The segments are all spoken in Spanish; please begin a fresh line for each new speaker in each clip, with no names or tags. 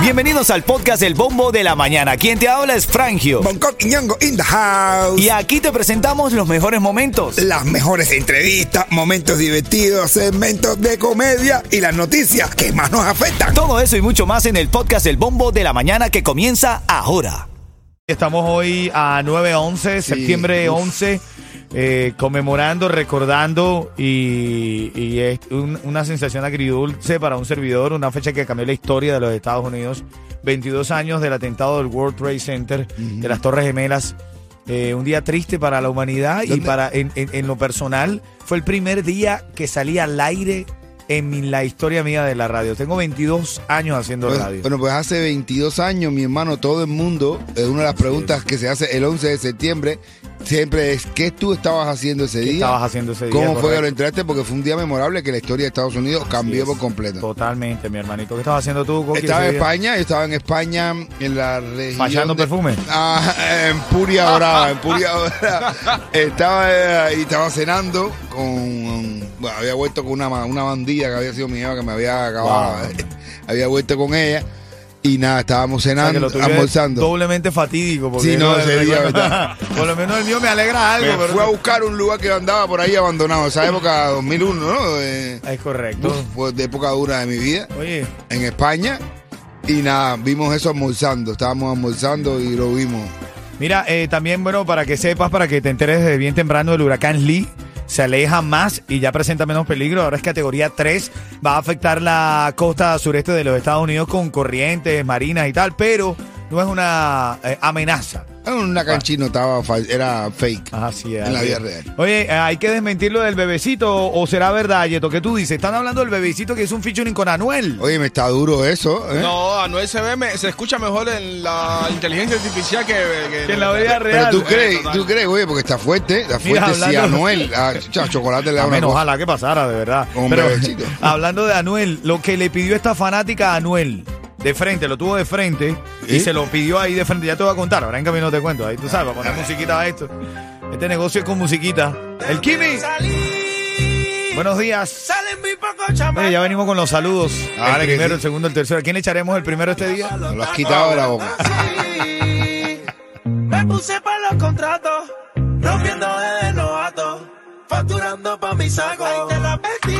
Bienvenidos al podcast El Bombo de la Mañana. Quien te habla es Frangio.
Bangkok y Ñongo in the house.
Y aquí te presentamos los mejores momentos.
Las mejores entrevistas, momentos divertidos, segmentos de comedia y las noticias que más nos afectan.
Todo eso y mucho más en el podcast El Bombo de la Mañana que comienza ahora. Estamos hoy a 9-11, septiembre 11, eh, conmemorando, recordando y, y es un- una sensación agridulce para un servidor, una fecha que cambió la historia de los Estados Unidos. 22 años del atentado del World Trade Center, de las Torres Gemelas. Eh, un día triste para la humanidad y
¿Dónde?
para en, en- en lo personal fue el primer día que salí al aire en mi- la historia mía de la radio. Tengo 22 años haciendo
Bueno,
radio.
bueno, pues hace 22 años, mi hermano, todo el mundo, eh, una de las preguntas que se hace el 11 de septiembre siempre es, ¿qué tú estabas haciendo ese
¿Qué
día?
estabas haciendo ese día?
¿Cómo fue que
Correcto.
lo entraste? Porque fue un día memorable que la historia de Estados Unidos cambió por completo.
Totalmente, mi hermanito. ¿Qué estabas haciendo tú, Coqui,
Estaba
ese
en
día?
España, yo estaba en España, en la región...
¿Fallando
de-
perfume?
Ah, en Puria Brava, en Puria Brava. Estaba eh, ahí, estaba cenando con. bueno, había vuelto con una, ma- una bandida que había sido mi hija, que me había acabado. eh,
Wow.
había vuelto con ella. Y nada, estábamos
O sea, que
cenando,
lo tuyo es
almorzando.
doblemente fatídico. Porque
Sí, no, ese día, ¿verdad?
Por lo menos el mío me alegra algo.
Me
pero-
fue a buscar un lugar que andaba por ahí abandonado. Esa época 2001, ¿no? Eh,
Es correcto.
uf, fue de época dura de mi vida.
Oye,
En España. Y nada, vimos eso almorzando. Estábamos almorzando y lo vimos.
mira, eh, también, bueno, para que sepas, para que te enteres desde bien temprano del huracán Lee. Se aleja más y ya presenta menos peligro. Ahora es categoría 3. Va a afectar la costa sureste de los Estados Unidos con corrientes, marinas y tal, pero no es una eh, amenaza.
Era Una canchino estaba, fa- era fake.
Así es.
En la
así
vida
es.
real.
Oye, eh, hay que desmentir lo del bebecito o será verdad, Yeto, ¿qué tú dices? Están hablando del bebecito que es un featuring con Anuel.
Oye, me está duro eso. ¿eh?
No, Anuel se ve, me- se escucha mejor en la inteligencia artificial que, que-
Que en la vida
Pero
real.
tú crees,
total.
tú crees, oye, porque está fuerte, está
Mira,
fuerte. si
hablando-
Anuel, a, a Chocolate le da
A
una
menos,
cosa.
ojalá que pasara, de verdad.
Un bebecito.
hablando de Anuel, lo que le pidió esta fanática a Anuel, de frente, lo tuvo de frente y
¿Eh?
se lo pidió ahí de frente. Ya te voy a contar, ahora en camino te cuento.
Ah.
Ahí tú sabes, para poner musiquita a esto. Este negocio es con musiquita. El Kimi. Buenos días. Oye, ya venimos con los saludos.
Dale
el
Ah, que
primero,
sí.
el segundo, el tercero. ¿A quién le echaremos el primero este día?
Nos lo has quitado de la boca.
Me puse para los contratos, rompiendo de novato, facturando pa' mis sacos. Ahí te la metí.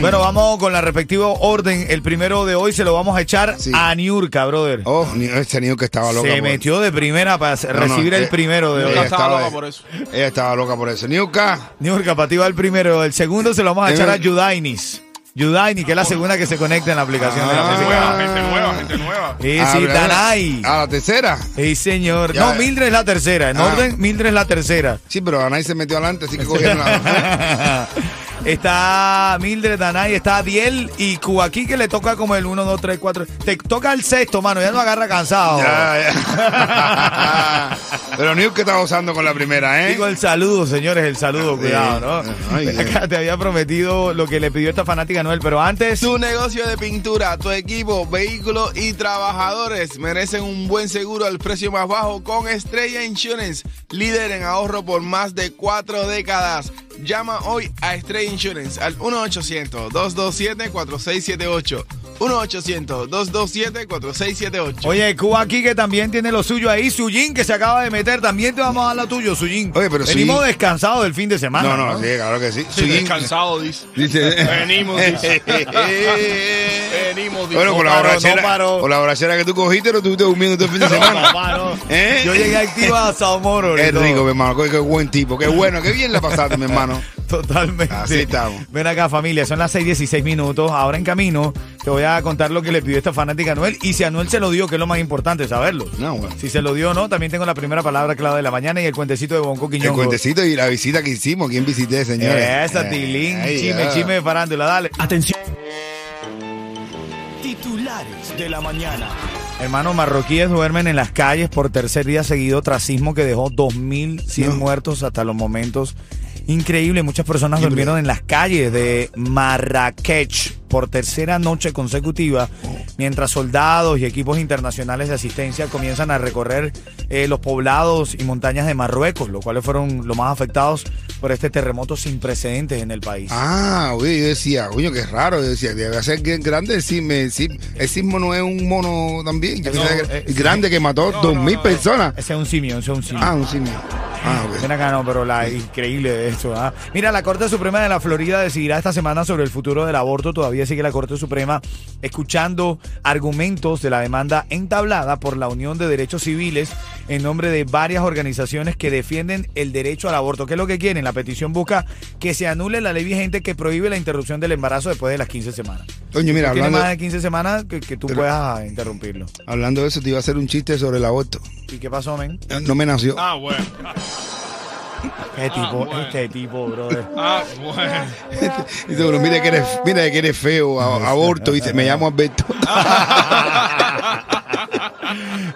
Bueno, vamos con la respectivo orden. El primero de hoy se lo vamos a echar
Sí.
a Niurka, brother.
Oh, ni- ese niño que estaba loca.
se
por-
metió de primera para
No, no,
recibir el
eh,
primero de
ella
hoy.
eh. estaba loca
eh,
por eso.
Ella estaba loca por eso. Niuka,
Niurka, para ti va el primero. El segundo se lo vamos a
Eh,
echar a
eh.
Judainis. Judainis, que es la segunda que se conecta en la aplicación de la
Ah.
música.
Gente nueva, gente nueva.
Y
a
sí,
la-
Danai.
A la tercera.
Sí, señor.
Ah. Ya,
No,
eh.
Mildred es la tercera. En
Ah.
orden, Mildred es la tercera.
Sí, pero Danay se metió adelante, así que cogieron la. ¿eh?
está Mildred, Danay, está Diel y Cuaquí que le toca como el 1, 2, 3, 4. Te toca el sexto, mano. Ya no agarra cansado.
Ya, eh. ya. pero Niuka está gozando con la primera, ¿eh?
Digo el saludo, señores, el saludo,
Sí.
cuidado, ¿no?
Ay, eh. qué-
Acá te había prometido lo que le pidió esta fanática Noel, pero antes.
Tu negocio de pintura, tu equipo, vehículos y trabajadores merecen un buen seguro al precio más bajo con Estrella Insurance, líder en ahorro por más de cuatro décadas. Llama hoy a Estrella Insurance al 1-800-227-4678. 1-800-227-4678.
Oye, Cuba aquí que también tiene lo suyo ahí, Suyin que se acaba de meter, también te vamos a dar lo tuyo, Suyin.
Oye, pero
Venimos
Suyin-
descansados del fin de semana.
No, no, sí, claro que sí. Su-
descansado, dice.
dice. eh,
Venimos, dice. eh, Venimos, dice.
Bueno,
Pues No
con la,
paró, no
borrachera,
paró.
con la borrachera que tú cogiste, no estuviste durmiendo todo el fin de semana.
Papá, no.
¿Eh?
Yo llegué activa a Sao Moro.
Qué
y todo.
rico, mi hermano. Qué, qué buen tipo. Qué bueno. Qué bien la pasaste, mi hermano.
Totalmente.
Así estamos.
Ven acá, familia, son las 6:16 minutos. Ahora en camino te voy a contar lo que le pidió esta fanática a Anuel y si Anuel se lo dio, que es lo más importante, saberlo.
No, bueno.
Si se lo dio o no, también tengo la primera palabra clave de la mañana y el cuentecito de Bonco Quiñongo.
El cuentecito y la visita que hicimos. ¿Quién visité, señores?
Esa,
Eh,
Tilín,
ahí,
chisme,
ah.
chisme de farándula, dale.
Atención. Titulares de la mañana.
Hermanos marroquíes duermen en las calles por tercer día seguido tras sismo que dejó 2.100 muertos hasta los momentos. Increíble, muchas personas durmieron en las calles de Marrakech. por tercera noche consecutiva,
Oh.
mientras soldados y equipos internacionales de asistencia comienzan a recorrer eh, los poblados y montañas de Marruecos, los cuales fueron los más afectados por este terremoto sin precedentes en el país.
Ah, oye, yo decía, coño, qué raro. Yo decía, debe ser bien grande el sismo. El sismo, el sismo no es un mono también. Yo
No,
pensaba que
eh,
era grande
sí.
que mató
No,
dos
no,
mil
no, no.
personas.
Ese es un simio, ese es un simio.
Ah, un simio. Ah, ok.
Ven acá, no, pero la increíble de esto. ¿ah? Mira, la Corte Suprema de la Florida decidirá esta semana sobre el futuro del aborto. Todavía sigue la Corte Suprema escuchando argumentos de la demanda entablada por la Unión de Derechos Civiles en nombre de varias organizaciones que defienden el derecho al aborto. ¿Qué es lo que quieren? La petición busca que se anule la ley vigente que prohíbe la interrupción del embarazo después de las 15 semanas.
Coño, mira,
Tiene
hablando,
más de 15 semanas que, que tú
Pero-
puedas interrumpirlo.
hablando de eso, te iba a hacer un chiste sobre el aborto.
¿Y qué pasó, men?
No me nació.
Ah, bueno.
¿Qué Este tipo?
bueno.
¿Qué tipo, brother?
Ah, bueno.
Dice uno, mira que eres, mira que eres feo, a- aborto. Dice, me llamo Alberto.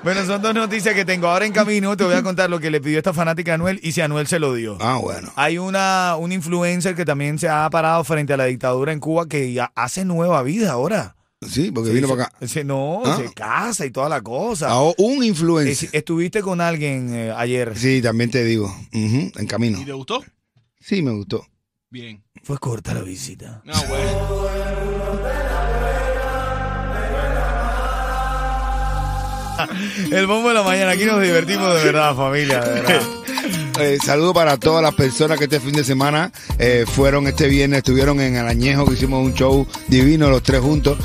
Bueno, son dos noticias que tengo ahora en camino. Te voy a contar lo que le pidió esta fanática a Anuel y si Anuel se lo dio.
Ah, bueno.
Hay una, un influencer que también se ha parado frente a la dictadura en Cuba que ya hace nueva vida ahora.
Sí, porque vino
Se-
para acá.
se- no,
Ah.
se casa y toda la cosa.
Ah, un
Es-
influencer.
estuviste con alguien eh, ayer.
Sí, también te digo. Ujú, en camino.
¿Y te gustó?
Sí, me gustó.
Bien.
Fue corta la visita.
Ah, bueno.
El bombo de la mañana. Aquí nos divertimos de verdad, familia. De verdad.
Eh, saludo para todas las personas que este fin de semana eh, fueron este viernes, estuvieron en Arañejo, que hicimos un show divino los tres juntos.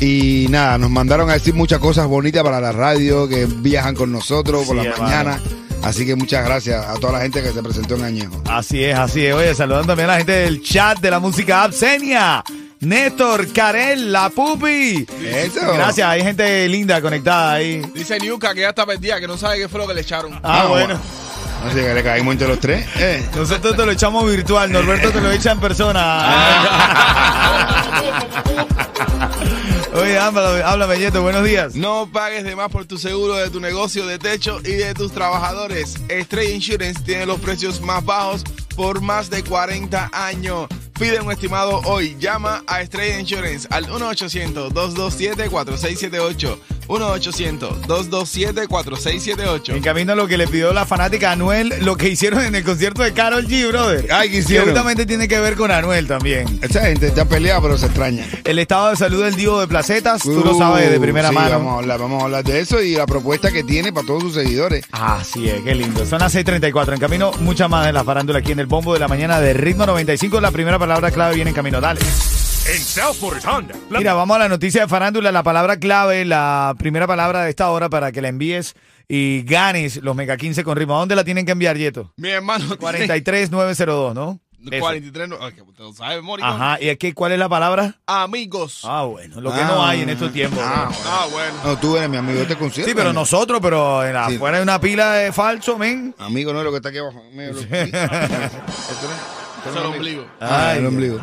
Y nada, nos mandaron a decir muchas cosas bonitas para la radio, que viajan con nosotros por
Sí,
la
hermano.
mañana. Así que muchas gracias a toda la gente que se presentó en Añejo.
Así es, así es. Oye, saludando también a la gente del chat de la música Absenia. Néstor, Karel, la pupi.
Eso.
Gracias, hay gente linda conectada ahí.
Dice Niuka que ya está perdida, que no sabe qué fue lo que le echaron.
Ah,
Ah,
bueno.
Así que le caímos entre los tres. eh.
Nosotros te lo echamos virtual, Norberto te lo echa en persona. Oye, háblame, háblame, Yeto, buenos días.
No pagues de más por tu seguro de tu negocio de techo y de tus trabajadores. Estrella Insurance tiene los precios más bajos por más de 40 años. Pide un estimado hoy. Llama a Estrella Insurance al 1-800-227-4678. 1-800-227-4678.
En camino a lo que le pidió la fanática a Anuel, lo que hicieron en el concierto de Carol G, brother.
Ay, ¿qué hicieron?
Seguramente tiene que ver con Anuel también.
Esta gente está peleada, pero se extraña.
El estado de salud del Divo de Placetas, tú lo sabes de
Uh,
primera
sí,
mano.
Vamos a, hablar, vamos a hablar de eso y la propuesta que tiene para todos sus seguidores.
Así es, qué lindo. Son las 6:34. En camino, mucha más de la farándula aquí en el bombo de la mañana de ritmo 95. La primera palabra clave viene en camino. Dale.
En Southport Honda. la-
Mira, vamos a la noticia de farándula. La palabra clave, la primera palabra de esta hora para que la envíes y ganes los Mega 15 con ritmo. ¿A dónde la tienen que enviar, Yeto?
Mi hermano.
43902, ¿no? Eso.
43. no- ay, que te lo sabes, Mónica.
Ajá. ¿Y aquí cuál es la palabra?
Amigos. Ah,
Ah, bueno, lo que no hay en estos tiempos.
Ah,
¿no?
bueno.
No, tú eres mi amigo, yo te considero.
Sí, pero
mi-
nosotros, pero en la-
Sí.
afuera hay una pila de falso, men.
Amigo no es lo que está aquí abajo. Amigo, lo- Esto no- esto no
Eso es el
amigo.
ombligo.
Ah, el
Ay,
ombligo.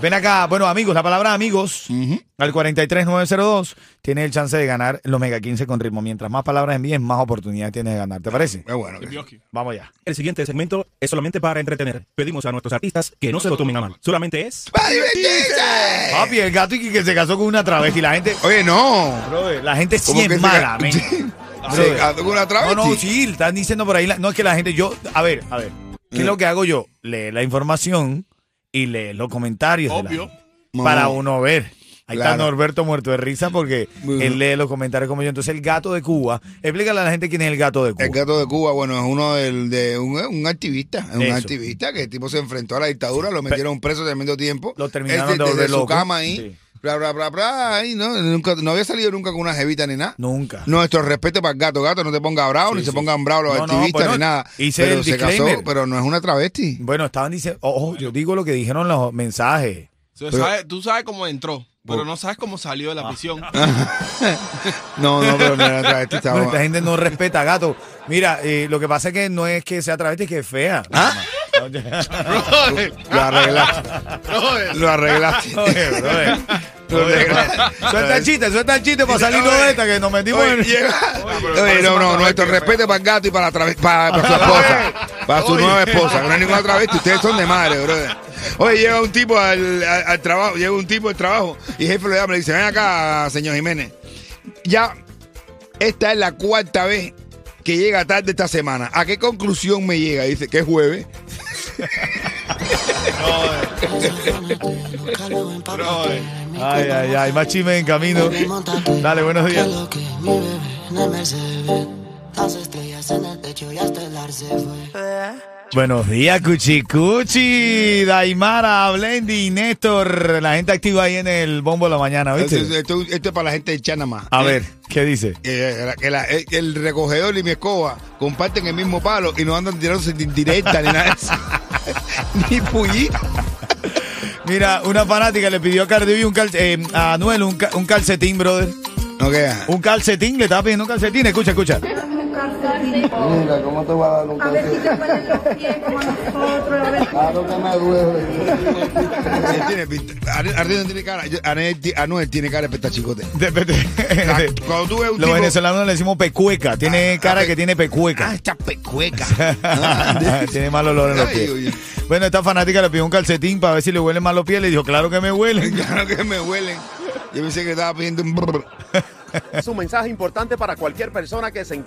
Ven acá, bueno, amigos, la palabra amigos
Ujú.
al 43902 tiene el chance de ganar los Mega 15 con ritmo. Mientras más palabras envíes, más oportunidades tienes de ganar. ¿Te parece?
Es bueno. que-
Bioski.
Vamos ya.
El siguiente segmento es solamente para entretener. Pedimos a nuestros artistas que no se lo tomen a mal. Solamente es.
Eh.
Papi, el gato y que se casó con una travesti. La gente,
Oye, no.
brother, la gente sí
que
es
se
mala,
ca-
men.
Sí.
Brother.
Se casó con una
No,
travesti.
no, sí, están diciendo por ahí. la- no es que la gente, yo, a ver, a ver. ¿Qué
Mm.
es lo que hago yo? Leer la información y leer los comentarios. de la
Obvio.
gente para
No.
uno ver. Ahí está
Claro.
Norberto muerto de risa porque
Ujú.
él lee los comentarios como yo. Entonces, el gato de Cuba, explícale a la gente quién es el gato de Cuba.
El gato de Cuba, bueno, es uno del, de un, un activista, es un
Eso.
activista que el tipo se enfrentó a la dictadura, lo metieron preso tremendo tiempo.
Lo terminaron
Este,
de volver
desde su
loco.
cama ahí,
Sí.
bla, bla, bla, bla, ahí, ¿no? Nunca, no había salido nunca con una jevita ni nada.
Nunca.
Nuestro respeto para el gato, gato, no te ponga bravo,
Sí,
ni se
sí.
pongan bravos los
No, pues no,
activistas
bueno,
ni nada.
hice
pero
el
se casó,
disclaimer.
pero no es una travesti.
Bueno, estaban diciendo, ojo, yo digo lo que dijeron los mensajes.
Se sabe- tú sabes cómo entró, pero no sabes cómo salió de la prisión.
No, no, pero no era
Bueno, esta
travesti, estaba.
gente no respeta a gato. Mira, eh, lo que pasa es que no es que sea travesti, es que es fea.
¿Ah? Lo arreglaste. Lo arreglaste.
Oye, brother.
Lo arreglaste.
Suelta el chiste, suelta el chiste para salirnos de esta que nos metimos
Oye,
en...
llega- Oye, no, no, nuestro respeto para el gato y para la, trave- para, para su esposa. Para su nueva esposa, que no es ninguna otra vez. Ustedes son de madre, brother. Oye, llega un tipo al, al- al trabajo, llega un tipo al trabajo y el jefe lo llama y le dice, ven acá, señor Jiménez. Ya, esta es la cuarta vez que llega tarde esta semana. ¿A qué conclusión me llega? Dice que es jueves.
eh, Ay, ay, ay, más chisme en camino. Dale, buenos días. Buenos días, Cuchi Cuchi, Daimara, Blendi, Néstor. La gente activa ahí en el bombo de la mañana,
Esto,
Ah, ¿viste?
esto- esto es para la gente de Chanamá.
A ver, ¿qué dice?
Eh, eh, que la- eh, el recogedor y mi escoba comparten el mismo palo y no andan tirándose de indirecta ni nada de eso. ni pullita.
Mira, una fanática le pidió a Cardi B un cal- eh, a Anuel un, ca- un calcetín, brother.
No queda.
Un calcetín, le estaba pidiendo un calcetín. Escucha, escucha.
Mira, ¿cómo te va a dar un
A ver si
café?
te ponen los pies como nosotros, a ver si-
Claro que me duele.
Él tiene pinta- Ane- Arnel no tiene cara. Yo- Anel ti- Anuel tiene cara de pestachicote.
De- de- de-
Cuando tú ves un
Los
tipo-
venezolanos le decimos pecueca. Tiene
Ah,
cara
pe-
que tiene
Ah,
pecueca.
esta pecueca. Ah,
tiene mal olor en los
Ay,
pies.
oye.
Bueno, esta fanática le pidió un calcetín para ver si le huelen mal los pies. Le dijo, claro que me huelen.
claro que me huelen. Yo pensé que estaba pidiendo un brr.
Es un mensaje importante para cualquier persona que se encuentre.